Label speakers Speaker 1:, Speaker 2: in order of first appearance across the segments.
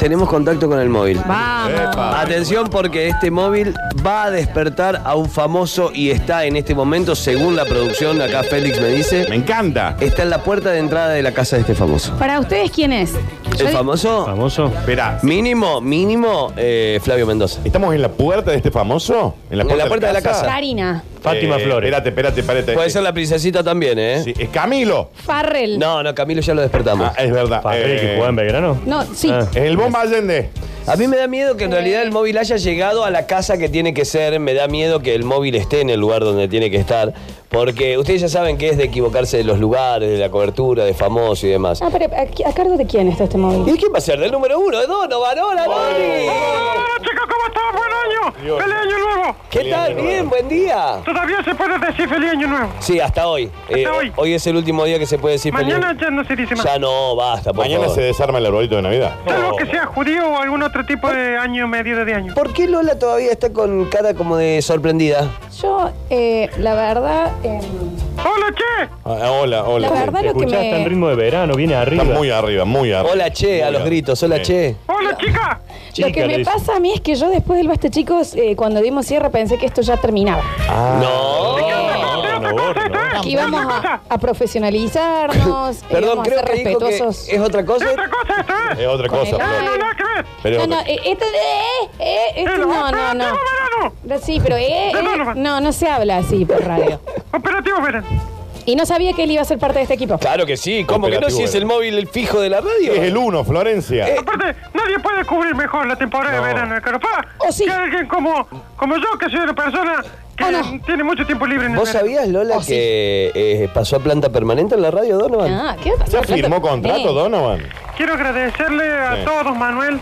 Speaker 1: Tenemos contacto con el móvil.
Speaker 2: Vamos.
Speaker 3: Epa.
Speaker 1: Atención porque este móvil va a despertar a un famoso y está en este momento, según la producción, acá Félix me
Speaker 3: Me
Speaker 1: dice,
Speaker 3: encanta.
Speaker 1: está en la puerta de entrada de la casa de este famoso.
Speaker 2: Para ustedes, ¿quién es?
Speaker 1: El famoso,
Speaker 4: Famoso.
Speaker 3: Espera,
Speaker 1: mínimo, mínimo, eh, Flavio Mendoza.
Speaker 3: ¿estamos en la puerta de este famoso?
Speaker 1: En la puerta de la casa.
Speaker 2: Karina.
Speaker 4: Fátima
Speaker 3: Eh,
Speaker 4: Flores.
Speaker 3: Espérate, espérate, espérate.
Speaker 1: Puede ser la princesita también, ¿eh?
Speaker 3: Sí, es Camilo.
Speaker 2: Farrell.
Speaker 1: No, no, Camilo ya lo despertamos.
Speaker 3: Ah, es verdad.
Speaker 4: Papel
Speaker 3: Eh,
Speaker 4: que jugaba en Belgrano.
Speaker 2: No, sí.
Speaker 4: Ah.
Speaker 3: el Bomba Allende.
Speaker 1: A mí me da miedo que en realidad el móvil haya llegado a la casa que tiene que ser, me da miedo que el móvil esté en el lugar donde tiene que estar, porque ustedes ya saben que es de equivocarse de los lugares, de la cobertura, de famoso y demás.
Speaker 2: Ah, pero ¿a, a cargo de quién está este
Speaker 1: ¿Y
Speaker 2: móvil?
Speaker 1: quién va a ser? ¿Del número uno? ¿De Donovan? ¡Hola, Doni!
Speaker 5: Hola chicos, ¿cómo están? Buen año.
Speaker 3: Dios.
Speaker 5: Feliz año nuevo.
Speaker 1: ¿Qué tal? Bien, buen día.
Speaker 5: Todavía se puede decir feliz año nuevo.
Speaker 1: Sí, hasta hoy. Eh,
Speaker 5: Hasta hoy.
Speaker 1: hoy es el último día que se puede decir feliz-
Speaker 5: Mañana ya no se dice más.
Speaker 1: Ya no, basta, por
Speaker 3: Mañana
Speaker 1: favor.
Speaker 3: se desarma el arbolito de Navidad.
Speaker 5: Salvo que sea judío o algún otro tipo de año medio de año.
Speaker 1: ¿Por qué Lola todavía está con cara como de sorprendida?
Speaker 2: Yo, eh, la verdad, eh,
Speaker 5: Hola che.
Speaker 3: Ah, hola, hola.
Speaker 2: la verdad lo que
Speaker 4: Escuchá, está en
Speaker 2: me...
Speaker 4: ritmo de verano, viene arriba.
Speaker 3: Está muy arriba, muy arriba.
Speaker 1: Hola, che, a
Speaker 3: Muy
Speaker 1: los
Speaker 3: arriba.
Speaker 1: gritos. Hola,
Speaker 3: Ah, Sí.
Speaker 1: che.
Speaker 5: Hola chica.
Speaker 4: Chica,
Speaker 2: lo que
Speaker 4: le
Speaker 2: me
Speaker 4: dice.
Speaker 2: pasa a mí es que yo después del Basta Chicos, eh, cuando dimos cierre, pensé que esto ya terminaba.
Speaker 3: Ah.
Speaker 1: No.
Speaker 5: Otra
Speaker 4: no,
Speaker 5: cosa,
Speaker 4: no.
Speaker 5: ¿eh?
Speaker 2: Que íbamos a, a profesionalizarnos,
Speaker 1: Perdón,
Speaker 2: íbamos a
Speaker 1: creo
Speaker 2: ser
Speaker 1: que dijo que
Speaker 2: respetuosos.
Speaker 1: es otra cosa.
Speaker 5: Otra cosa esto es.
Speaker 3: Es otra
Speaker 2: con
Speaker 3: cosa,
Speaker 2: el-
Speaker 3: Flor.
Speaker 2: Ay.
Speaker 5: No, nada que ver.
Speaker 3: Pero es
Speaker 2: No, no,
Speaker 3: otra-
Speaker 2: eh, esto, eh, eh, esto
Speaker 5: El
Speaker 2: no, no, no.
Speaker 5: operativo verano.
Speaker 2: No, Sí, pero eh, eh,
Speaker 5: No, no, no.
Speaker 2: no, no se habla así por radio.
Speaker 5: Operativo verano.
Speaker 2: Y no sabía que él iba a ser parte de este equipo.
Speaker 1: Claro que sí, ¿cómo que no? Si
Speaker 3: Operativo
Speaker 1: es
Speaker 3: era.
Speaker 1: el móvil el fijo de la radio.
Speaker 3: Es el uno, Florencia.
Speaker 1: Eh,
Speaker 5: Aparte, nadie puede cubrir mejor la temporada de verano de Carapá
Speaker 2: Oh, sí.
Speaker 5: que alguien como, como yo, que soy una persona que
Speaker 2: Oh, no.
Speaker 5: tiene mucho tiempo libre en el
Speaker 1: ¿Vos
Speaker 5: verano.
Speaker 1: sabías, Lola,
Speaker 2: Oh, sí.
Speaker 1: que eh, pasó a planta permanente en la radio, Donovan?
Speaker 2: Ah, ¿qué va a
Speaker 3: ¿Ya
Speaker 2: pasar?
Speaker 3: firmó contrato,
Speaker 2: Eh,
Speaker 3: Donovan?
Speaker 5: Quiero agradecerle a
Speaker 3: Sí.
Speaker 5: todos, Manuel,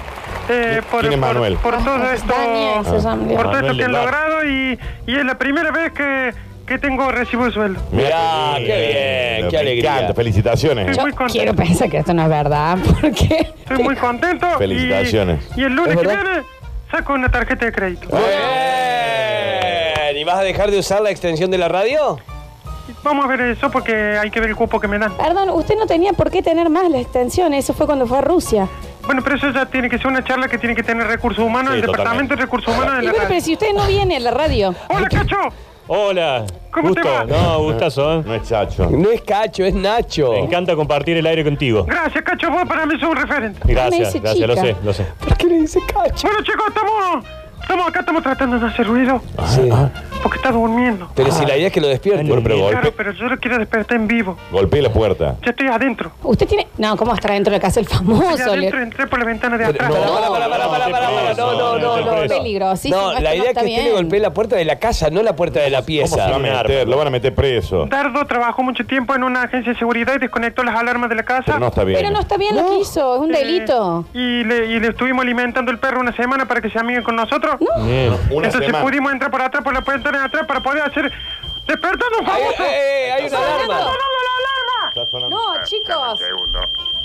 Speaker 5: eh, por,
Speaker 3: ¿Quién es
Speaker 5: por-
Speaker 3: Manuel?
Speaker 5: por todo
Speaker 2: Ah,
Speaker 5: esto,
Speaker 2: Daniel se llama.
Speaker 5: por todo
Speaker 4: Manuel
Speaker 5: esto que han
Speaker 4: Lebar.
Speaker 5: logrado y, y es la primera vez que, que tengo recibo de sueldo.
Speaker 1: Mirá, qué bien, qué
Speaker 3: Me
Speaker 1: alegría.
Speaker 3: encanta, felicitaciones.
Speaker 2: Yo
Speaker 5: muy contento.
Speaker 2: quiero pensar que esto no es verdad, porque...
Speaker 5: Estoy muy contento. y-
Speaker 3: Felicitaciones. Ah.
Speaker 5: Y, el lunes
Speaker 1: ¿Es
Speaker 5: que
Speaker 1: verdad?
Speaker 5: viene saco una tarjeta de crédito.
Speaker 1: Bien. ¿Y vas a dejar de usar la extensión de la radio?
Speaker 5: Vamos a ver eso porque hay que ver el cupo que me dan.
Speaker 2: Perdón, usted no tenía por qué tener más la extensión, eso fue cuando fue a Rusia.
Speaker 5: Bueno, pero eso ya tiene que ser una charla que tiene que tener recursos humanos,
Speaker 3: Sí,
Speaker 5: el
Speaker 3: totalmente.
Speaker 5: departamento de recursos humanos de
Speaker 2: Y
Speaker 5: la
Speaker 2: bueno,
Speaker 5: radio.
Speaker 2: pero si usted no viene a la radio...
Speaker 5: Hola, Cacho.
Speaker 4: Hola.
Speaker 5: ¿Cómo
Speaker 4: Gusto.
Speaker 5: te va?
Speaker 4: No, gustazo. ¿eh?
Speaker 3: No es chacho.
Speaker 1: No es Cacho, es Nacho.
Speaker 4: Me encanta compartir el aire contigo.
Speaker 5: Gracias, Cacho. Vos para mí sos un referente.
Speaker 2: me
Speaker 4: Gracias,
Speaker 2: dice
Speaker 4: gracias,
Speaker 2: chica.
Speaker 4: lo sé, lo sé.
Speaker 1: ¿Por qué le dice Cacho?
Speaker 5: Bueno, chicos, estamos, estamos acá, estamos tratando de no hacer ruido
Speaker 1: Sí.
Speaker 5: porque está durmiendo.
Speaker 1: Pero si la idea es que lo despierte.
Speaker 4: Bueno, pero
Speaker 3: golpe-
Speaker 5: Claro, pero yo lo quiero despertar en vivo.
Speaker 3: Golpeé la puerta.
Speaker 5: Ya estoy adentro.
Speaker 2: Usted tiene... No, ¿cómo estará dentro de la casa el
Speaker 5: Ya
Speaker 2: famoso?
Speaker 5: adentro entré por la ventana de atrás.
Speaker 1: Pará, pará, pará, pará,
Speaker 4: no,
Speaker 1: pará,
Speaker 4: te
Speaker 1: pará, pará,
Speaker 4: preso,
Speaker 1: no, no, no,
Speaker 4: te
Speaker 1: no, no.
Speaker 4: preso.
Speaker 2: Peligrosísimo,
Speaker 1: No,
Speaker 2: esto
Speaker 1: la
Speaker 2: no
Speaker 1: idea es
Speaker 2: está
Speaker 1: que usted le
Speaker 2: bien.
Speaker 1: golpee la puerta de la casa, no la puerta de la
Speaker 3: ¿Cómo se va
Speaker 1: pieza.
Speaker 3: a meter? Lo van a meter preso.
Speaker 5: Dardo trabajó mucho tiempo en una agencia de seguridad y desconectó las alarmas de la casa.
Speaker 3: Pero no está bien.
Speaker 2: Pero no está bien lo que hizo, es un
Speaker 5: Eh,
Speaker 2: delito.
Speaker 5: y, le, y le estuvimos alimentando el perro una semana para que se amigue con nosotros.
Speaker 4: Bien.
Speaker 3: Una
Speaker 5: Entonces
Speaker 3: semana.
Speaker 5: pudimos entrar por atrás, por la puerta de atrás, para poder hacer... ¡Despertando un
Speaker 1: Hay,
Speaker 5: famoso!
Speaker 1: eh, eh, hay una alarma.
Speaker 3: Está sonando.
Speaker 2: No, chicos.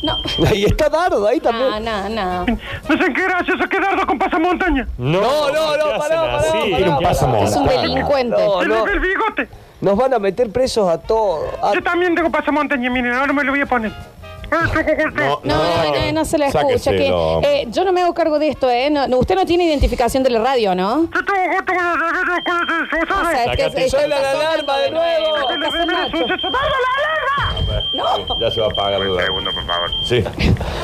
Speaker 2: No,
Speaker 1: Ahí está Dardo, ahí
Speaker 2: no,
Speaker 1: también.
Speaker 2: no, no.
Speaker 5: No sé en qué gracioso que Dardo con pasamontaña.
Speaker 4: No,
Speaker 1: no, no,
Speaker 4: ¿qué hacen
Speaker 1: pará,
Speaker 4: así?
Speaker 1: pará,
Speaker 3: Tiene un
Speaker 1: pará.
Speaker 3: pasamontaña.
Speaker 2: Es un delincuente.
Speaker 1: No,
Speaker 5: Se
Speaker 1: Oh, no. Ah.
Speaker 5: le ve el bigote.
Speaker 1: Nos van a meter presos a todos. A-
Speaker 5: Yo también tengo pasamontaña, miren, ahora me lo voy a poner. Eh, choco, corto.
Speaker 2: No, no, no, no se la escucha. Que,
Speaker 3: Sáqueselo.
Speaker 2: eh, yo no me hago cargo de esto, ¿eh? No, no, usted no tiene identificación de la radio, ¿no?
Speaker 5: Yo tengo gusto con los remeros, con los
Speaker 2: O sea,
Speaker 5: sucesos.
Speaker 2: es que-
Speaker 4: Sacate.
Speaker 2: es que
Speaker 1: Suena la
Speaker 2: está
Speaker 1: alarma de
Speaker 2: sonando
Speaker 1: nuevo.
Speaker 2: de
Speaker 5: Con los
Speaker 2: Está sonando.
Speaker 5: remeros sucesos. ¡Dardo, la alarma!
Speaker 2: No,
Speaker 3: Ya se va a apagar. la- Sí.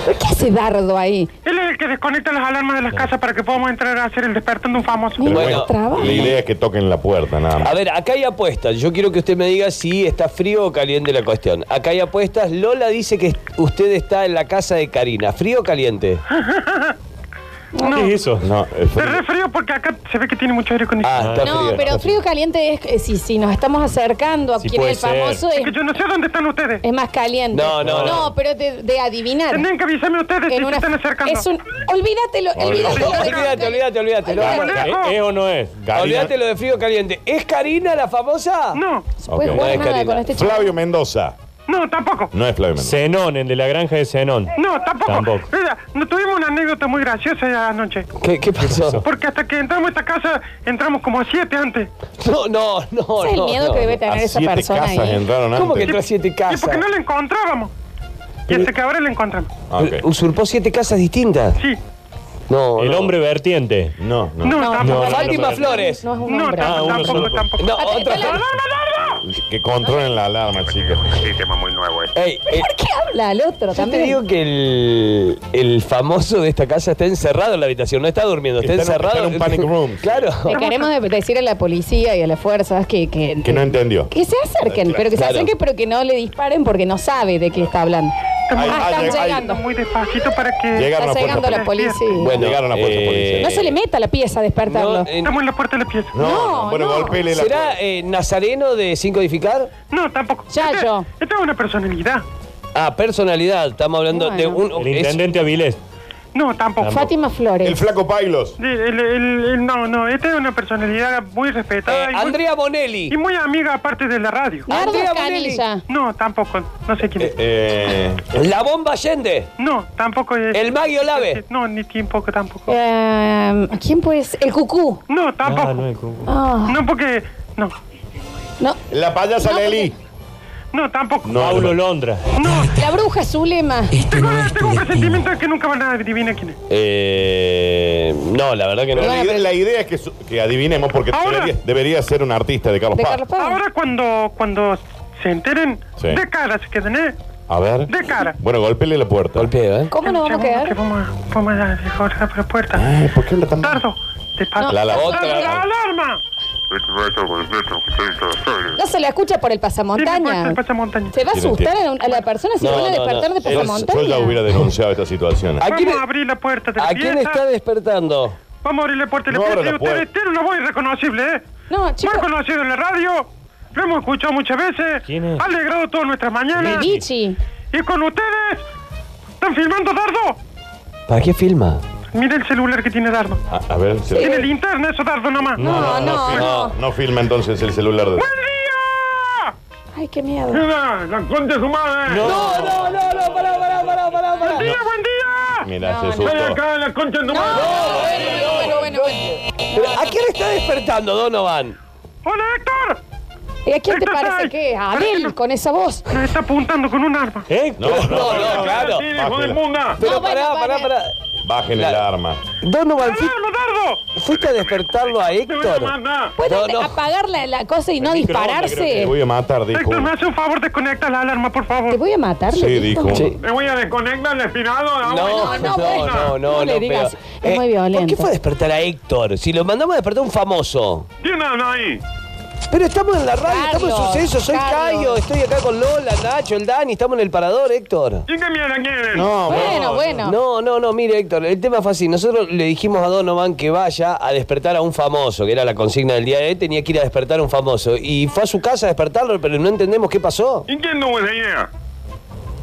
Speaker 2: ¿qué hace Dardo ahí?
Speaker 5: Él es el que desconecta las alarmas de las casas para que podamos entrar a hacer el despertando un famoso.
Speaker 2: Mira,
Speaker 1: Bueno,
Speaker 2: trabaja.
Speaker 3: La idea es que toquen la puerta, nada
Speaker 1: A
Speaker 3: más.
Speaker 1: ver, acá hay apuestas. Yo quiero que usted me diga si está frío o caliente la cuestión. Acá hay apuestas. Lola dice que usted está en la casa de Karina. ¿Frío o caliente?
Speaker 4: ¿Qué es eso?
Speaker 3: No, eh,
Speaker 5: Te refrío porque acá se ve que tiene mucho aire
Speaker 1: Ah,
Speaker 5: acondicionado.
Speaker 1: está
Speaker 2: No,
Speaker 1: frío.
Speaker 2: pero frío caliente es. eh, si, si nos estamos acercando a
Speaker 4: Sí,
Speaker 2: quién es el
Speaker 4: puede
Speaker 2: famoso,
Speaker 5: Es que
Speaker 2: es,
Speaker 5: yo no sé dónde están ustedes.
Speaker 2: es más caliente.
Speaker 1: No, no, no.
Speaker 2: No, pero de, de adivinar.
Speaker 5: Tendrían que avisarme ustedes si
Speaker 2: En
Speaker 5: se
Speaker 2: una-
Speaker 5: están acercando.
Speaker 2: es un. Olvídatelo, olvídatelo. de-
Speaker 1: Olvídate, olvídate, olvídate.
Speaker 2: Olvídate.
Speaker 1: Lola.
Speaker 4: ¿Eh, ¿Es o no es?
Speaker 3: Karina-
Speaker 1: Olvídate lo de frío o caliente. ¿Es Karina la famosa?
Speaker 5: No,
Speaker 2: Puedes
Speaker 3: Ok.
Speaker 1: No
Speaker 2: jugar
Speaker 1: es
Speaker 2: nada
Speaker 1: Karina.
Speaker 2: con este chico.
Speaker 3: Flavio Mendoza.
Speaker 5: no, tampoco.
Speaker 3: No es Flavio Mendoza.
Speaker 4: Zenón, el de la granja de Zenón.
Speaker 5: No, tampoco.
Speaker 4: Tampoco.
Speaker 5: Mira, no tuvimos una anécdota muy graciosa anoche.
Speaker 1: ¿Qué, qué pasó?
Speaker 5: Porque hasta que entramos a esta casa, entramos como a siete antes.
Speaker 1: No, no, no.
Speaker 2: Ese es el
Speaker 1: no,
Speaker 2: miedo
Speaker 1: no.
Speaker 2: que debe tener
Speaker 3: A
Speaker 2: esa
Speaker 3: siete
Speaker 2: persona
Speaker 3: casas
Speaker 2: ahí.
Speaker 3: entraron antes.
Speaker 1: ¿Cómo que entró a siete
Speaker 5: Y
Speaker 1: casas?
Speaker 5: porque no la encontrábamos. Y hasta que ahora la encontramos.
Speaker 3: Ah, ok.
Speaker 1: Usurpó siete casas distintas.
Speaker 5: Sí.
Speaker 1: No,
Speaker 4: El
Speaker 1: no.
Speaker 4: hombre vertiente.
Speaker 3: No, no.
Speaker 5: No,
Speaker 2: No,
Speaker 5: tampoco.
Speaker 4: no,
Speaker 1: Fátima Flores.
Speaker 2: No es un
Speaker 5: No,
Speaker 2: hombre.
Speaker 4: Ah,
Speaker 5: tampoco,
Speaker 4: uno
Speaker 5: tampoco,
Speaker 4: solo.
Speaker 5: tampoco. Eh,
Speaker 1: No,
Speaker 2: Ah,
Speaker 1: otro.
Speaker 2: está la-
Speaker 3: Que controlen la alarma, chicos.
Speaker 6: Sí, tema muy nuevo este.
Speaker 1: Ey, eh,
Speaker 2: ¿Por qué habla el otro
Speaker 1: yo
Speaker 2: también?
Speaker 1: te digo que el, el famoso de esta casa está encerrado en la habitación, no está durmiendo, está,
Speaker 3: Está en-
Speaker 1: encerrado.
Speaker 3: está en un panic room.
Speaker 1: Claro.
Speaker 2: Le queremos de- decir a la policía y a las fuerzas que... Que,
Speaker 3: Que no entendió.
Speaker 2: que se acerquen, pero que
Speaker 1: Claro.
Speaker 2: se acerquen, pero que no le disparen porque no sabe de qué está hablando.
Speaker 3: Ay,
Speaker 2: Ah,
Speaker 3: ay,
Speaker 2: están
Speaker 3: ay,
Speaker 2: llegando.
Speaker 5: Muy despacito para que...
Speaker 3: Llega-
Speaker 2: Está
Speaker 3: Llegaron a
Speaker 2: llegando
Speaker 5: puerta
Speaker 2: la
Speaker 5: policial.
Speaker 2: policía.
Speaker 1: Bueno,
Speaker 3: Llegaron a puerto
Speaker 1: eh,
Speaker 3: policial.
Speaker 2: no se le meta a la pieza a despertarlo.
Speaker 1: No, eh,
Speaker 5: Estamos en la puerta de la pieza.
Speaker 3: No,
Speaker 2: No,
Speaker 3: bueno,
Speaker 2: no.
Speaker 3: golpele la
Speaker 1: ¿Será eh, Nazareno de Sin Codificar?
Speaker 5: No, tampoco.
Speaker 2: Ya
Speaker 5: Este-
Speaker 2: yo.
Speaker 5: Esta es una personalidad.
Speaker 1: Ah, personalidad, estamos hablando de
Speaker 2: Bueno.
Speaker 1: un...
Speaker 4: El
Speaker 1: es-
Speaker 4: intendente Avilés.
Speaker 5: No, tampoco.
Speaker 2: Fátima Flores.
Speaker 3: El flaco Pailos.
Speaker 5: Sí, el- el- el- no, no, esta es una personalidad muy respetada
Speaker 1: eh,
Speaker 5: y, muy-
Speaker 1: Andrea Bonelli.
Speaker 5: y muy amiga aparte de la radio.
Speaker 2: Nardo
Speaker 1: Andrea Bonelli.
Speaker 2: Canilla.
Speaker 5: No, tampoco, no sé quién es.
Speaker 3: Eh,
Speaker 1: La Bomba Allende.
Speaker 5: no, tampoco es.
Speaker 1: El Maggie Olave.
Speaker 5: No, ni tampoco, tampoco.
Speaker 2: Eh, ¿Quién puede ser? El cucú.
Speaker 5: No, tampoco.
Speaker 4: Ah, no,
Speaker 5: no,
Speaker 4: el cucu.
Speaker 2: Ah,
Speaker 5: porque. No,
Speaker 2: no.
Speaker 3: la payasa
Speaker 2: No,
Speaker 3: Leli.
Speaker 5: no, tampoco.
Speaker 3: No.
Speaker 4: Paulo Londra.
Speaker 5: No,
Speaker 2: La bruja Zulema.
Speaker 7: Este
Speaker 5: tengo,
Speaker 7: no es
Speaker 5: tengo
Speaker 7: tu
Speaker 5: un
Speaker 7: destino.
Speaker 5: presentimiento de que nunca van a adivinar quién es.
Speaker 1: Eh, no, la verdad que no.
Speaker 3: Pero la,
Speaker 2: Bueno,
Speaker 3: idea,
Speaker 2: pero-
Speaker 3: la idea es que, su- que adivinemos porque
Speaker 5: Ahora.
Speaker 3: debería, debería ser un artista de Carlos
Speaker 2: De
Speaker 3: Paz.
Speaker 2: Carlos Paz.
Speaker 5: Ahora, cuando, cuando se enteren,
Speaker 3: Sí.
Speaker 5: de cara se quedan, ¿eh?
Speaker 3: A ver.
Speaker 5: De cara.
Speaker 3: Bueno, golpele la puerta.
Speaker 1: Golpeo, ¿eh?
Speaker 2: ¿Cómo nos vamos a
Speaker 5: Segundo, que
Speaker 2: quedar?
Speaker 5: vamos a- vamos a dejar la puerta.
Speaker 3: Ay, ¿Por qué habla tan
Speaker 5: Tardo, despacio.
Speaker 2: No.
Speaker 3: La, la-
Speaker 1: Otra.
Speaker 5: ¡Tardo, la alarma!
Speaker 2: No se la escucha por el
Speaker 5: Tiene puerta
Speaker 2: pasamontaña.
Speaker 5: el pasamontañas.
Speaker 2: Se va a asustar a, un- a la persona si
Speaker 1: No,
Speaker 2: vuelve a
Speaker 1: no, no.
Speaker 2: despertar de
Speaker 1: Yo- yo
Speaker 3: Yo, yo ya hubiera
Speaker 2: pasamontaña.
Speaker 3: denunciado esta situación.
Speaker 1: ¿A quién,
Speaker 5: Vamos a abrir la puerta de la
Speaker 1: a quién
Speaker 5: pieza.
Speaker 1: está despertando?
Speaker 5: Vamos a abrir la puerta de la
Speaker 3: No
Speaker 5: pieza
Speaker 3: abra
Speaker 5: y
Speaker 3: la
Speaker 5: ustedes
Speaker 3: puerta.
Speaker 5: tienen una voz irreconocible, ¿eh?
Speaker 2: No,
Speaker 5: Muy
Speaker 2: chicos.
Speaker 5: conocido en la radio. Lo hemos escuchado muchas veces.
Speaker 4: ¿Quién es?
Speaker 5: Ha alegrado todas nuestras mañanas.
Speaker 2: Vichy.
Speaker 5: Y con ustedes. ¿Están filmando, Dardo?
Speaker 1: ¿Para qué filma?
Speaker 5: Mira el celular que tiene Dardo.
Speaker 3: A, a ver, se-
Speaker 5: Tiene linterna, eso, Dardo, nomás.
Speaker 2: No, no, no.
Speaker 3: no, no filma entonces el celular de.
Speaker 5: ¡Buen día!
Speaker 2: Ay, qué miedo.
Speaker 5: Mira, ¡La concha de su madre!
Speaker 1: No, no, no, no, pará, pará, pará, pará, pará.
Speaker 5: ¡Buen día, buen día!
Speaker 3: Mira,
Speaker 2: No,
Speaker 3: se
Speaker 2: no.
Speaker 5: ¡Ven
Speaker 3: asustó.
Speaker 5: acá, la concha de tu madre!
Speaker 2: bueno, bueno, bueno, bueno.
Speaker 1: Pero, ¿A quién está despertando Donovan?
Speaker 5: ¡Hola, Héctor!
Speaker 2: ¿Y a quién te
Speaker 5: Esto está
Speaker 2: parece
Speaker 5: ahí.
Speaker 2: que? es? A
Speaker 5: Parece
Speaker 2: Abel,
Speaker 5: que no-
Speaker 2: con esa voz.
Speaker 5: Nos está apuntando con un arma.
Speaker 4: ¿Eh?
Speaker 3: No, no,
Speaker 1: No, no, claro.
Speaker 5: Sí, hijo de
Speaker 3: Bájela.
Speaker 5: inmunda!
Speaker 1: Pero
Speaker 2: No, bueno,
Speaker 1: pará, pará,
Speaker 2: bueno.
Speaker 1: pará.
Speaker 3: Bajen el
Speaker 1: La-
Speaker 3: arma.
Speaker 1: Donovan, ¿fu-
Speaker 5: ¡Hablo, Dardo!
Speaker 1: ¿fuiste a despertarlo a
Speaker 5: ¡Te voy a llamar,
Speaker 1: Héctor?
Speaker 5: nada!
Speaker 2: ¿Puede
Speaker 1: No, no.
Speaker 2: apagar la, la cosa y no
Speaker 4: microondas creo
Speaker 3: Te
Speaker 2: dispararse?
Speaker 3: voy a matar, dijo.
Speaker 5: Héctor, me hace un favor, desconecta la alarma, por favor.
Speaker 2: Te voy a matar.
Speaker 3: Sí,
Speaker 2: Lupito.
Speaker 3: dijo.
Speaker 1: Sí.
Speaker 5: Me voy a desconectar el espinado.
Speaker 1: No, no,
Speaker 2: no,
Speaker 1: no,
Speaker 2: bueno.
Speaker 1: no, no,
Speaker 2: No le
Speaker 1: no,
Speaker 2: digas,
Speaker 1: pero- eh,
Speaker 2: es muy
Speaker 1: ¿Por
Speaker 2: violento.
Speaker 1: qué fue a despertar a Héctor? Si lo mandamos a despertar a un famoso.
Speaker 5: ¿Quién anda ahí?
Speaker 1: Pero estamos en la radio, estamos
Speaker 2: Carlos,
Speaker 1: en suceso, soy
Speaker 2: Carlos.
Speaker 1: Cayo, estoy acá con Lola, Nacho, el Dani, estamos en el parador, Héctor.
Speaker 5: ¿Quién que mierda quieren?
Speaker 3: No,
Speaker 2: Bueno, bueno.
Speaker 1: No, no, no, mire Héctor, el tema fue así. Nosotros le dijimos a Donovan que vaya a despertar a un famoso, que era la consigna del día de hoy, tenía que ir a despertar a un famoso. Y fue a su casa a despertarlo, pero no entendemos qué pasó.
Speaker 5: ¿Y quién tuvo esa idea?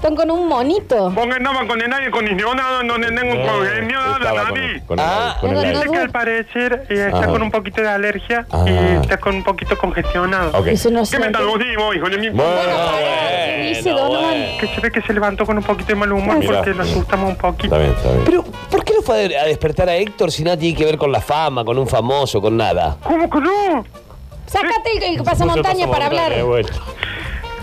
Speaker 2: Están con un monito.
Speaker 5: Porque estaba con el aire acondicionado en donde tengo un congenio de
Speaker 3: Estaba con
Speaker 5: David.
Speaker 3: el, con el-
Speaker 1: Ah.
Speaker 3: con el
Speaker 2: No, no,
Speaker 3: aire.
Speaker 5: Sé que al parecer eh,
Speaker 3: Ah.
Speaker 5: está con un poquito de alergia y
Speaker 3: Ah.
Speaker 5: está con un poquito congestionado.
Speaker 3: Ok.
Speaker 2: Eso no
Speaker 5: ¿Qué
Speaker 2: suena.
Speaker 5: mentalismo, hijo de mi
Speaker 3: Bueno,
Speaker 2: Pará, dice Donovan.
Speaker 5: Que se ve que se levantó con un poquito de mal humor
Speaker 3: Mira.
Speaker 5: porque lo asustamos un poquito.
Speaker 3: Está bien, está bien.
Speaker 1: pero, ¿por qué lo fue a de- a despertar a Héctor si nada tiene que ver con la fama, con un famoso, con nada?
Speaker 5: ¿Cómo que no?
Speaker 2: Sácate el, el pasamontaña para hablar.
Speaker 4: Eh, bueno.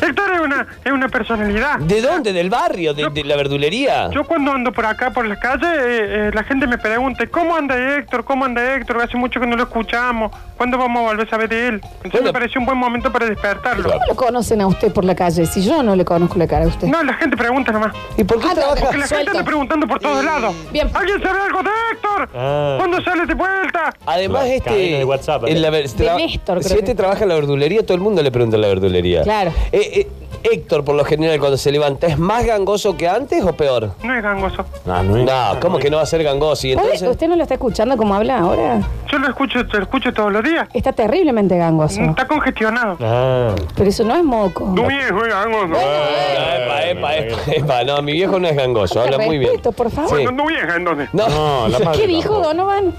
Speaker 5: Héctor es una, es una personalidad.
Speaker 1: ¿De dónde? ¿Del barrio? ¿De, de la verdulería?
Speaker 5: Yo cuando ando por acá, por las calles, eh, eh, la gente me pregunta, ¿cómo anda Héctor? ¿Cómo anda Héctor? Hace mucho que no lo escuchamos. ¿Cuándo vamos a volver a saber de él? Entonces
Speaker 1: Bueno.
Speaker 5: me pareció un buen momento para despertarlo.
Speaker 2: ¿Cómo lo conocen a usted por la calle? Si yo no le conozco la cara a usted.
Speaker 5: No, la gente pregunta nomás.
Speaker 1: ¿Y por qué
Speaker 2: Ah, no,
Speaker 1: trabaja?
Speaker 5: Que la
Speaker 2: Suelto.
Speaker 5: gente anda preguntando por todos lados.
Speaker 2: Bien.
Speaker 5: ¿Alguien sabe algo de Héctor?
Speaker 4: Ah.
Speaker 5: ¿Cuándo sale de vuelta?
Speaker 1: Además,
Speaker 4: Claro,
Speaker 1: este.
Speaker 4: cadena de WhatsApp,
Speaker 1: en la ver-
Speaker 2: De
Speaker 1: tra-
Speaker 2: Néstor, creo
Speaker 1: si este
Speaker 2: que.
Speaker 1: trabaja en la verdulería, todo el mundo le pregunta en la verdulería.
Speaker 2: Claro.
Speaker 1: Eh, eh, Héctor, por lo general, cuando se levanta, ¿es más gangoso que antes o peor?
Speaker 5: No es gangoso.
Speaker 3: Ah, no es-
Speaker 1: No, ¿cómo que no va a ser gangoso? Y
Speaker 2: ¿Puede-
Speaker 1: entonces.
Speaker 2: ¿Usted no lo está escuchando como habla ahora?
Speaker 5: Yo lo escucho, lo escucho todos los días.
Speaker 2: Está terriblemente gangoso.
Speaker 5: Está congestionado.
Speaker 4: Ah,
Speaker 2: Pero eso no es moco.
Speaker 5: Tu viejo es gangoso. ¿eh?
Speaker 1: Ah, Epa, epa, epa, epa. No, mi viejo no es gangoso, habla muy bien.
Speaker 2: Respeto, por favor.
Speaker 1: Sí.
Speaker 5: Bueno, tu vieja entonces.
Speaker 1: No.
Speaker 3: No, la madre.
Speaker 2: ¿Qué dijo
Speaker 3: tampoco.
Speaker 2: Donovan?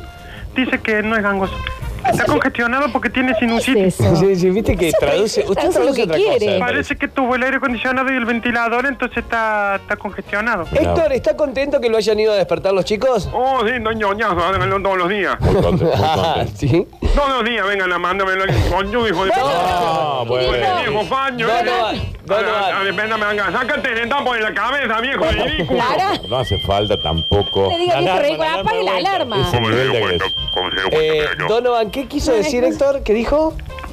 Speaker 5: Dice que no es gangoso. Está congestionado porque tiene
Speaker 2: es
Speaker 5: sinusitis.
Speaker 2: eso?
Speaker 1: Sí, sí, viste que
Speaker 2: Eso es-
Speaker 1: traduce.
Speaker 2: eso
Speaker 1: Usted
Speaker 2: es lo
Speaker 1: traduce
Speaker 2: que
Speaker 1: otra
Speaker 2: quiere.
Speaker 1: cosa. me parece.
Speaker 5: Eh, Parece que tuvo el aire acondicionado y el ventilador, entonces está, está congestionado.
Speaker 1: Héctor, ¿está contento que lo hayan ido a despertar los chicos?
Speaker 5: Oh, sí, no ñoñazo, háganlo todos los días.
Speaker 3: Muy contento, muy
Speaker 1: Ah,
Speaker 3: contento.
Speaker 1: sí.
Speaker 5: Todos los días vengan a mandármelo al coño, hijo de
Speaker 3: Ah,
Speaker 5: Bueno,
Speaker 3: bueno.
Speaker 5: viejo paño,
Speaker 1: No,
Speaker 5: eh.
Speaker 1: no, no,
Speaker 5: A-
Speaker 1: no.
Speaker 5: a- a- depende, me venga, sácate el tapo de la cabeza, viejo ridículo.
Speaker 2: Clara,
Speaker 3: No hace falta tampoco.
Speaker 2: te digo que es
Speaker 4: Alarma,
Speaker 2: rico.
Speaker 4: alarma,
Speaker 2: Apague la
Speaker 4: vuelta.
Speaker 2: alarma.
Speaker 4: Ese nivel de agresión.
Speaker 1: Eh, Donovan, ¿qué quiso decir Héctor? ¿Qué dijo?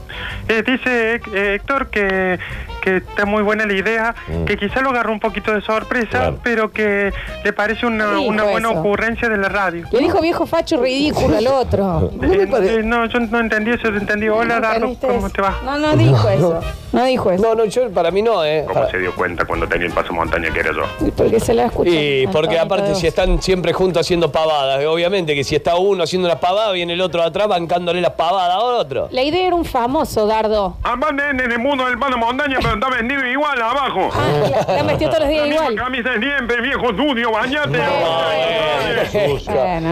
Speaker 5: Eh, dice eh, Héctor que, que está muy buena la idea, que quizá lo agarró un poquito de sorpresa,
Speaker 3: Claro.
Speaker 5: pero que le parece una,
Speaker 2: Dijo
Speaker 5: una buena
Speaker 2: eso.
Speaker 5: ocurrencia de la radio.
Speaker 2: Le dijo viejo facho ridículo al otro.
Speaker 1: No me
Speaker 5: Eh,
Speaker 1: parece-
Speaker 5: eh, no, yo no entendí eso, yo entendí. Hola, Darro,
Speaker 2: ¿Entendiste?
Speaker 5: ¿cómo te va?
Speaker 2: No, no dijo eso. No dijo eso.
Speaker 1: No, no, yo para mí no, ¿eh? Para-
Speaker 6: dio cuenta cuando tenía el paso montaña que era yo?
Speaker 2: Porque se la escuchó.
Speaker 1: Y porque
Speaker 2: Antonio,
Speaker 1: aparte
Speaker 2: todos.
Speaker 1: si están siempre juntos haciendo pavadas, eh, obviamente que si está uno haciendo las pavadas, viene el otro atrás bancándole las pavadas al otro.
Speaker 2: La idea era un famoso, Dardo.
Speaker 5: Aparte en el mundo del palo montaña, pero está vendido igual abajo.
Speaker 2: Ah, la, la metió todos los días
Speaker 5: Camisa,
Speaker 2: igual.
Speaker 5: camisa de siempre, viejo sucio, bañate.
Speaker 2: Bueno,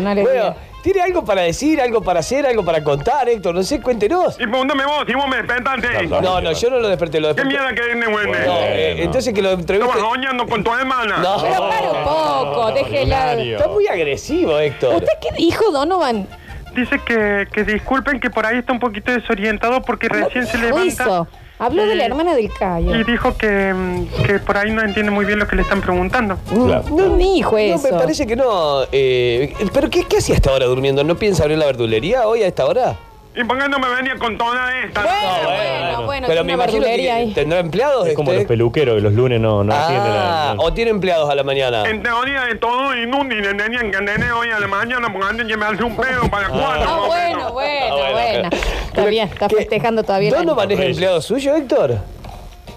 Speaker 2: no le
Speaker 1: Eh, Bueno,
Speaker 2: digo.
Speaker 1: ¿tiene algo para decir, algo para hacer, algo para contar, Héctor? No sé, cuéntenos.
Speaker 5: Y pregúntame vos, si vos me despertaste.
Speaker 3: Claro,
Speaker 1: No, no, yo no lo desperté, lo
Speaker 5: ¿Qué
Speaker 1: desperté.
Speaker 5: mierda que viene, güey?
Speaker 1: No, eh,
Speaker 3: Bueno.
Speaker 1: entonces que lo
Speaker 5: Estabas
Speaker 1: entreviste.
Speaker 5: soñando con tu hermana.
Speaker 1: No,
Speaker 2: Pero para un poco, déjela.
Speaker 3: ordinario.
Speaker 1: está muy agresivo, Héctor.
Speaker 2: ¿Usted qué dijo, Donovan?
Speaker 5: Dice que, que disculpen que por ahí está un poquito desorientado porque recién se
Speaker 2: ¿Cómo
Speaker 5: levanta.
Speaker 2: hizo? Habló de la hermana del Cayo.
Speaker 5: Y dijo que, mm, que por ahí no entiende muy bien lo que le están preguntando.
Speaker 2: Uh.
Speaker 3: Claro.
Speaker 2: No dijo
Speaker 1: No, me
Speaker 2: eso.
Speaker 1: parece que no. eh, ¿Pero qué, qué hacía hasta ahora durmiendo? ¿No piensa abrir la verdulería hoy a esta hora?
Speaker 5: ¿Y por qué no me venía con toda esta?
Speaker 2: Ah, Bueno,
Speaker 1: bueno.
Speaker 2: bueno,
Speaker 1: Pero
Speaker 2: bueno. tiene
Speaker 1: me
Speaker 2: una
Speaker 1: imagino que
Speaker 2: verdulería ahí.
Speaker 1: tendrá empleados.
Speaker 4: Es como
Speaker 1: este?
Speaker 4: los peluqueros, que los lunes no, no atienden
Speaker 1: Ah,
Speaker 4: a-
Speaker 1: o tiene empleados a la mañana.
Speaker 5: En teoría de todo inútil, tenían que tener hoy a la mañana porque antes que me hace un pedo para cuatro.
Speaker 2: Ah,
Speaker 5: más o
Speaker 2: bueno,
Speaker 5: menos.
Speaker 2: bueno,
Speaker 1: Ah, bueno.
Speaker 2: bueno. Está bien, está
Speaker 1: ¿Qué?
Speaker 2: festejando todavía. el año.
Speaker 1: ¿Donovan es
Speaker 4: Reyes.
Speaker 1: empleado suyo, Héctor?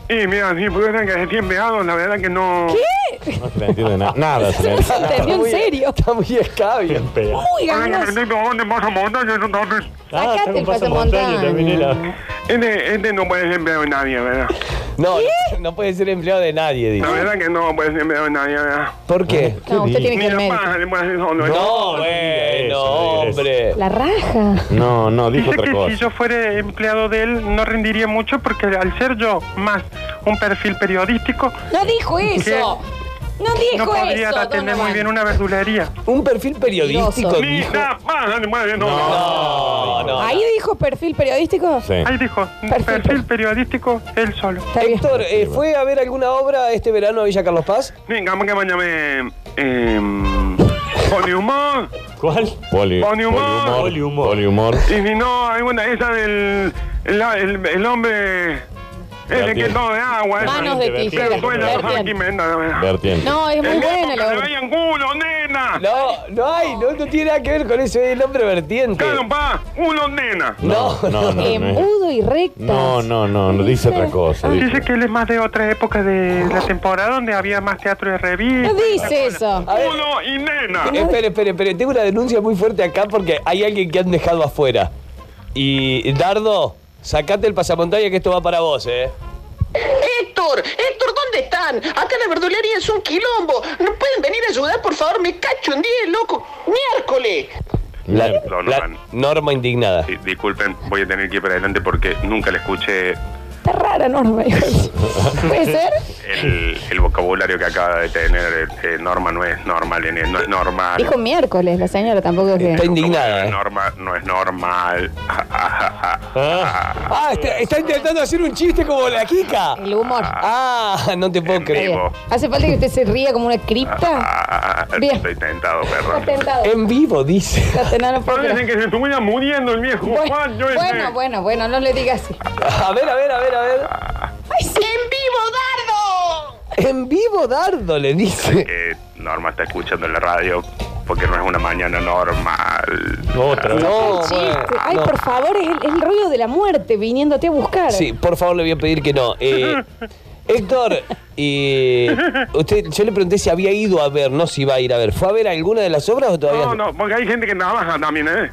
Speaker 5: Y mira, si pudieran que decir empleados, la verdad que no.
Speaker 3: No se le entiende na- nada. se
Speaker 2: No
Speaker 3: le
Speaker 2: se
Speaker 3: entiende.
Speaker 2: entendió en serio.
Speaker 1: Está muy escabio.
Speaker 4: Pega.
Speaker 2: Muy
Speaker 5: Ahora que
Speaker 2: ganoso.
Speaker 5: me estoy probando en Paso Montaña, yo no-
Speaker 2: Sacate
Speaker 4: Ah, está con
Speaker 2: el pasamontaña.
Speaker 4: pasamontaña también era.
Speaker 5: Este, este no puede ser empleado de nadie, ¿verdad?
Speaker 1: No, no puede ser empleado de nadie,
Speaker 5: La
Speaker 1: dice.
Speaker 5: verdad que no puede ser empleado de nadie, ¿verdad?
Speaker 1: ¿Por qué?
Speaker 2: No, usted tiene que
Speaker 5: Ni
Speaker 2: ir al
Speaker 5: la
Speaker 2: médico.
Speaker 5: paja le puede hacer solo. ¿eh?
Speaker 1: No,
Speaker 4: no diga
Speaker 1: bueno,
Speaker 4: eso, no diga
Speaker 1: hombre.
Speaker 2: La raja.
Speaker 3: No, no, dijo
Speaker 5: Dice
Speaker 3: otra
Speaker 5: que si
Speaker 3: cosa.
Speaker 5: yo fuera empleado de él no rendiría mucho porque al ser yo más un perfil periodístico
Speaker 2: No dijo eso. No dijo
Speaker 5: no podría
Speaker 2: eso.
Speaker 5: atender
Speaker 2: Donovan.
Speaker 5: muy bien una verdulería.
Speaker 1: Un perfil periodístico.
Speaker 2: Mentiroso.
Speaker 5: Ni
Speaker 1: dijo.
Speaker 5: la paja le mueve, no.
Speaker 1: No, no.
Speaker 2: Ahí dijo perfil periodístico.
Speaker 3: Sí.
Speaker 5: Ahí dijo,
Speaker 2: Perfecto.
Speaker 5: perfil periodístico él solo.
Speaker 2: Está bien.
Speaker 1: Héctor, eh, ¿fue a ver alguna obra este verano a Villa Carlos Paz?
Speaker 5: Venga, vamos que mañana eh, pone humor
Speaker 4: ¿Cuál?
Speaker 3: Poli,
Speaker 5: Polihumor.
Speaker 3: Polihumor. Polihumor.
Speaker 5: y si no alguna esa del el, el- el hombre el que
Speaker 3: Vertiente.
Speaker 5: todo de agua. esa.
Speaker 2: Manos de
Speaker 4: Vertiente,
Speaker 2: tijera.
Speaker 5: Pero bueno, no sabe
Speaker 2: Vertiente.
Speaker 5: quién me anda, la verdad.
Speaker 3: Vertiente.
Speaker 2: No, es muy
Speaker 5: El
Speaker 2: buena
Speaker 5: mismo
Speaker 2: la
Speaker 5: que le
Speaker 2: obra.
Speaker 5: veía en culo, nena.
Speaker 1: No, no hay, no, no tiene nada que ver con eso, es el hombre vertiente.
Speaker 5: Claro, pa, uno nena.
Speaker 3: No,
Speaker 1: No,
Speaker 3: no, no.
Speaker 2: Eh,
Speaker 3: no es-
Speaker 2: mudo y recta.
Speaker 3: No, no, no, no dice otra
Speaker 2: Ah.
Speaker 3: cosa.
Speaker 5: Dice
Speaker 3: dice.
Speaker 5: que él es más de otra época de la temporada donde había más teatro de revista.
Speaker 2: No dice eso.
Speaker 1: A ver.
Speaker 5: Uno y nena.
Speaker 1: Eh, Espere, espere, espere. Tengo una denuncia muy fuerte acá porque hay alguien que han dejado afuera. Y, Dardo, sacate el pasamontaña que esto va para vos, ¿eh?
Speaker 7: Héctor, Héctor, ¿dónde están? Acá la verdulería es un quilombo. ¿No pueden venir a ayudar, por favor? Me cacho un día, loco. Miércoles.
Speaker 1: La,
Speaker 6: Donovan.
Speaker 1: la norma indignada.
Speaker 5: Eh,
Speaker 6: Sí, disculpen, voy a tener que ir para adelante porque nunca le escuché
Speaker 2: Está rara Norma. ¿Puede ser?
Speaker 6: el, el vocabulario que acaba de tener. eh, norma no es normal, eh, no es normal.
Speaker 2: Dijo miércoles la señora, tampoco es
Speaker 1: Está
Speaker 2: que...
Speaker 1: indignada, ¿eh?
Speaker 6: Norma no es normal.
Speaker 1: Ah, está, está intentando hacer un chiste como la Kika.
Speaker 2: El humor.
Speaker 1: Ah, no te puedo
Speaker 2: Está
Speaker 1: creer.
Speaker 2: bien.
Speaker 6: vivo.
Speaker 2: ¿Hace falta que usted se ría como una
Speaker 5: Ah,
Speaker 2: cripta? Bien.
Speaker 6: Estoy tentado,
Speaker 2: Está
Speaker 6: perdón.
Speaker 2: tentado.
Speaker 1: En
Speaker 3: Em-
Speaker 1: vivo, dice.
Speaker 2: Está tentado, no puedo
Speaker 5: Pero dicen
Speaker 2: creer.
Speaker 5: que se estuviera muriendo el viejo Juan,
Speaker 2: Bueno,
Speaker 5: yo ese.
Speaker 2: bueno, bueno, bueno, no le diga así.
Speaker 1: A ver, a ver, a ver, a ver.
Speaker 2: ¡Ay, sí!
Speaker 7: ¡En vivo, Dardo!
Speaker 1: En vivo, Dardo, le dice.
Speaker 6: Eh, norma está escuchando en la radio porque no es una mañana normal.
Speaker 4: Otra vez.
Speaker 1: No, bueno,
Speaker 2: Chiste. Ay,
Speaker 1: no.
Speaker 2: por favor, es el, es el ruido de la muerte viniéndote a buscar.
Speaker 1: Sí, por favor, le voy a pedir que no. Eh, Héctor, y usted, yo le pregunté si había ido a ver, no si iba a ir a ver. ¿Fue a ver alguna de las obras o todavía
Speaker 5: No, no, porque hay gente que trabaja también, ¿eh?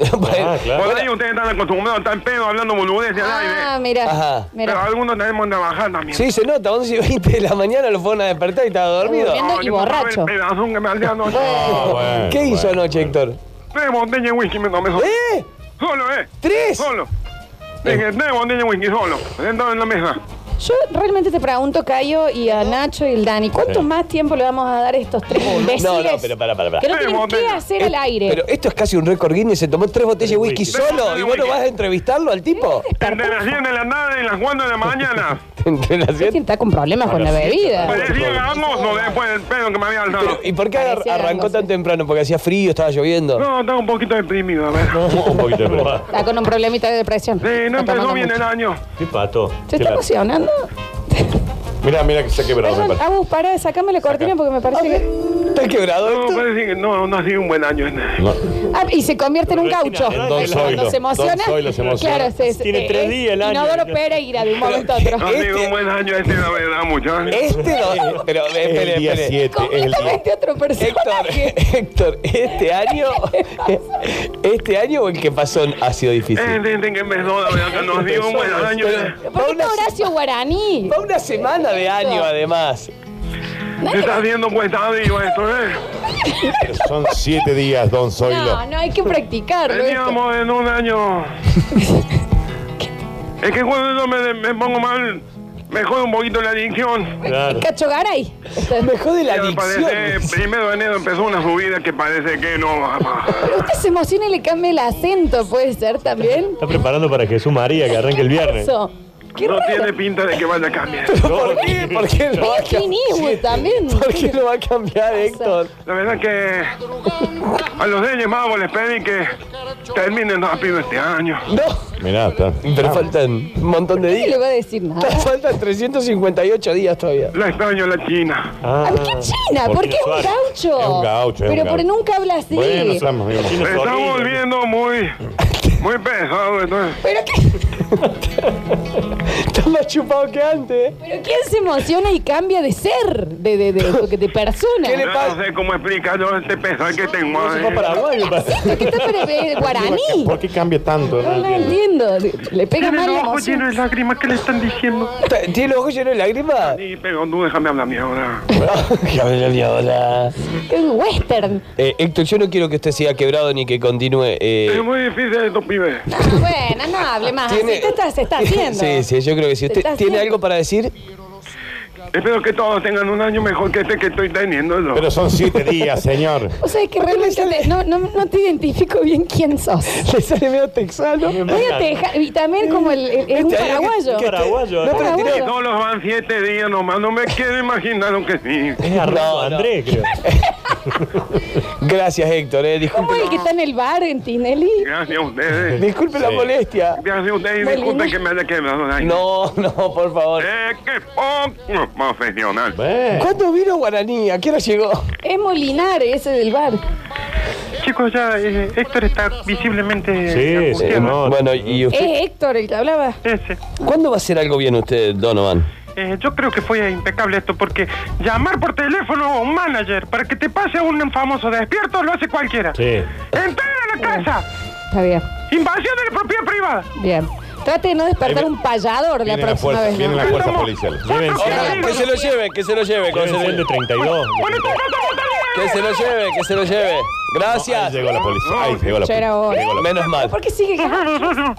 Speaker 1: Bueno,
Speaker 4: Ah,
Speaker 6: ¿Eh?
Speaker 4: claro.
Speaker 5: Por ahí ustedes están acostumbrados, están pedo hablando boludeces al
Speaker 2: Ah,
Speaker 5: aire.
Speaker 1: Ajá.
Speaker 2: mira,
Speaker 5: Pero
Speaker 2: mira.
Speaker 5: algunos tenemos que trabajar también.
Speaker 1: Sí, se nota, 11 y 20 de la mañana lo fueron a despertar y estaba dormido.
Speaker 2: Durmiendo. y
Speaker 5: yo no sabía
Speaker 2: borracho.
Speaker 5: El pedazón que me hacía anoche.
Speaker 3: Ah, bueno,
Speaker 1: ¿Qué hizo
Speaker 3: bueno,
Speaker 1: anoche,
Speaker 3: bueno.
Speaker 1: Héctor?
Speaker 5: Tres botellas de whisky me tomé.
Speaker 1: ¿Eh?
Speaker 5: Solo, eh.
Speaker 1: ¿Tres?
Speaker 5: Solo. Dije, tres botellas de whisky, solo. Sentado en la mesa.
Speaker 2: Yo realmente te pregunto, Cayo y a Nacho y el Dani, ¿cuánto más tiempo le vamos a dar a estos tres imbéciles?
Speaker 1: No, no, pero para, para, para.
Speaker 2: Que no
Speaker 5: Eh,
Speaker 2: tienen qué
Speaker 5: momento.
Speaker 2: hacer al aire.
Speaker 1: Pero esto es casi un récord Guinness. Se tomó tres botellas de whisky
Speaker 5: Tres botellas
Speaker 1: solo
Speaker 5: de
Speaker 1: y vos no
Speaker 5: whisky.
Speaker 1: vas a entrevistarlo al tipo.
Speaker 5: Entre las 10 de la tarde y las 4 de la mañana.
Speaker 1: Entre las siete-
Speaker 2: está con problemas con la bebida.
Speaker 5: Parecía gangoso después del pedo que me había
Speaker 1: Pero,
Speaker 5: alzado.
Speaker 1: ¿Y por qué ar-
Speaker 2: Parecía
Speaker 1: arrancó
Speaker 2: gangoso.
Speaker 1: tan temprano? ¿Porque hacía frío, estaba lloviendo?
Speaker 5: No, estaba un poquito deprimido, a ver.
Speaker 3: Un poquito de pelo.
Speaker 2: Está con un problemita de depresión.
Speaker 5: Sí,
Speaker 2: Está
Speaker 5: no empezó
Speaker 2: tomando
Speaker 5: bien
Speaker 2: mucho.
Speaker 5: el año.
Speaker 4: Qué pato.
Speaker 2: ¿Se
Speaker 4: Qué
Speaker 2: está
Speaker 4: la-
Speaker 2: emocionando?
Speaker 3: Mira, mira que se ha quebrado. me
Speaker 2: Perdón,
Speaker 3: parece.
Speaker 2: Agus, pará, sacame la cortina porque me parece que...
Speaker 1: ¿Está quebrado
Speaker 5: No,
Speaker 1: esto?
Speaker 5: parece que no, no ha sido un buen año. este.
Speaker 3: No.
Speaker 2: Ah, y se convierte en un gaucho.
Speaker 4: Don
Speaker 2: Cuando
Speaker 3: Zoilo,
Speaker 2: se emociona.
Speaker 3: Don Zoilo se emociona.
Speaker 2: Claro, se,
Speaker 4: Tiene tres días el año.
Speaker 2: Inodoro Pereira de un momento a
Speaker 5: No
Speaker 2: otro.
Speaker 5: ha sido
Speaker 1: Este-
Speaker 5: un buen año este, la verdad, muchachos.
Speaker 1: Este no. Pero,
Speaker 3: Es
Speaker 1: espere,
Speaker 3: el día
Speaker 1: espere.
Speaker 3: 7. Este, Es el día.
Speaker 2: Completamente otro
Speaker 1: Héctor,
Speaker 2: personaje.
Speaker 1: Héctor, este año, este año o el que pasó ha sido
Speaker 5: Eh,
Speaker 1: difícil.
Speaker 5: dicen que empezó, la verdad, que nos dio un buen año. este.
Speaker 1: Pero-
Speaker 2: ¿Por
Speaker 1: va
Speaker 2: qué
Speaker 1: una,
Speaker 2: está Horacio Guaraní?
Speaker 1: va una semana de año además.
Speaker 5: Te estás viendo cuenta arriba esto, ¿eh?
Speaker 3: Son 7 días, Don Zoilo.
Speaker 2: No, no, hay que practicarlo. esto.
Speaker 5: Veníamos en un año. es que cuando yo me, me pongo mal, me jode un poquito la adicción.
Speaker 4: Claro.
Speaker 2: Cacho Garay. Esto es-
Speaker 1: Mejor de la
Speaker 5: Ya me parece,
Speaker 1: adicción.
Speaker 5: primero de enero empezó una subida que parece que no va más.
Speaker 2: Pero usted se emociona y le cambia el acento, puede ser también.
Speaker 4: Está preparando para Jesús María que arranque el viernes.
Speaker 2: Eso. Qué
Speaker 5: No
Speaker 2: raro.
Speaker 5: tiene pinta de que vaya a cambiar.
Speaker 1: ¿Por qué? ¿Por qué lo va a
Speaker 2: Es Clint Eastwood
Speaker 1: cambiar?
Speaker 2: también.
Speaker 1: ¿Por qué lo va a cambiar, Héctor?
Speaker 5: La verdad que a los Reyes Magos les pedí que terminen rápido este año.
Speaker 1: No.
Speaker 3: Mirá, está.
Speaker 1: Pero faltan un montón de
Speaker 2: Nadie le
Speaker 1: días.
Speaker 2: va a decir nada.
Speaker 1: Faltan 358 días todavía.
Speaker 5: La extraño a la China.
Speaker 4: Ah,
Speaker 2: ¿A ¿Por qué China? ¿Por qué es un
Speaker 4: Suárez.
Speaker 2: gaucho?
Speaker 3: Es un gaucho, es
Speaker 2: Pero
Speaker 3: un
Speaker 2: por
Speaker 3: gaucho.
Speaker 2: nunca habla así.
Speaker 3: Bueno, Flama, digamos.
Speaker 4: Chino
Speaker 5: Me está
Speaker 4: Zorrilla.
Speaker 5: volviendo muy, muy pesado. Entonces.
Speaker 2: ¿Pero, qué-
Speaker 1: Está más chupado que antes. ¿eh?
Speaker 2: pero quién se emociona y cambia de ser, de, de, de, de, de persona?
Speaker 1: ¿Qué le-
Speaker 5: Yo no sé cómo explicar yo este pesar que tengo.
Speaker 4: Se fue a
Speaker 5: eh.
Speaker 4: Paraguay, me parece.
Speaker 2: ¿Pero ¿Qué está pero de guaraní?
Speaker 3: ¿Por qué cambia tanto?
Speaker 2: No lo entiendo. Le pega
Speaker 5: Tiene
Speaker 2: mal
Speaker 5: el
Speaker 2: la
Speaker 5: ojo
Speaker 2: emoción.
Speaker 5: lleno de lágrimas, ¿qué le están diciendo?
Speaker 1: Ta- ¿Tiene los ojos llenos de lágrimas?
Speaker 5: Sí, pero tú déjame hablar mi ahora.
Speaker 2: Es un western.
Speaker 1: Eh, Héctor, yo no quiero que usted siga quebrado ni que continúe.
Speaker 5: Es
Speaker 1: eh,
Speaker 5: muy difícil estos pibes.
Speaker 2: No, Ah, bueno, no hable más. Así
Speaker 1: tiene-
Speaker 2: te está, se está haciendo.
Speaker 1: Sí, sí, yo creo que si
Speaker 2: Se
Speaker 1: usted
Speaker 2: está
Speaker 1: tiene
Speaker 2: haciendo.
Speaker 1: algo para decir,
Speaker 5: Espero que todos tengan un año mejor que este que estoy teniendo yo.
Speaker 3: Pero son 7 días, señor.
Speaker 2: O sea, es que realmente te- no, no, no te identifico bien quién sos.
Speaker 1: le sale medio texano.
Speaker 2: Voy a Texas y también como el, el- es un
Speaker 1: Este año que-
Speaker 2: paraguayo.
Speaker 1: que- No,
Speaker 4: Paraguayo,
Speaker 1: pero
Speaker 2: Paraguayo.
Speaker 1: tiene-
Speaker 5: Todos los van siete días nomás, no me quiero imaginar lo que sí.
Speaker 4: Es Arnaldo
Speaker 1: No, no.
Speaker 4: Andrés, creo.
Speaker 1: Gracias, Héctor, eh, disculpe,
Speaker 2: ¿Cómo es el que está en el bar en Tinelli?
Speaker 5: Gracias a ustedes.
Speaker 1: disculpe la
Speaker 3: Sí.
Speaker 1: molestia.
Speaker 5: Gracias a ustedes y
Speaker 2: Muy
Speaker 5: disculpen
Speaker 2: lindo.
Speaker 5: que me haya quebrado el año.
Speaker 1: No, no, por favor.
Speaker 5: Eh, qué poco profesional.
Speaker 3: Eh,
Speaker 1: ¿Cuándo vino Guaraní? ¿A qué hora llegó?
Speaker 2: Es Molinar ese del bar.
Speaker 5: Chicos, ya eh, Héctor está visiblemente
Speaker 4: Sí,
Speaker 5: angustiado.
Speaker 4: sí, no.
Speaker 1: Bueno, ¿y usted?
Speaker 2: Es Héctor el que hablaba.
Speaker 5: Ese.
Speaker 1: ¿Cuándo va a hacer algo bien usted, Donovan?
Speaker 5: Eh, yo creo que fue impecable esto porque llamar por teléfono a un manager para que te pase un famoso despierto lo hace cualquiera.
Speaker 4: Sí.
Speaker 5: Entrar a la casa,
Speaker 2: Está bien,
Speaker 5: invasión de la propiedad privada.
Speaker 2: bien. Trate de no despertar
Speaker 3: Ahí vi-
Speaker 2: un payador la
Speaker 3: viene la
Speaker 2: próxima
Speaker 3: fuerza,
Speaker 2: vez.
Speaker 3: viene
Speaker 2: ¿no?
Speaker 3: la fuerza
Speaker 5: Estamos-
Speaker 3: policial.
Speaker 4: Viven
Speaker 5: Hola,
Speaker 1: que se lo lleve, que se lo lleve. Que se lo
Speaker 4: de
Speaker 1: lleve,
Speaker 4: 32.
Speaker 5: Bueno, tú, tú, tú, tú,
Speaker 1: que se lo lleve. que se lo lleve.
Speaker 3: Ahí
Speaker 1: Gracias.
Speaker 3: llegó la policía. Ahí llegó la
Speaker 2: Ya era
Speaker 3: policía.
Speaker 2: hora.
Speaker 3: Llegó la
Speaker 1: Menos mal.
Speaker 2: ¿Por qué sigue?
Speaker 5: tú, tú, tú.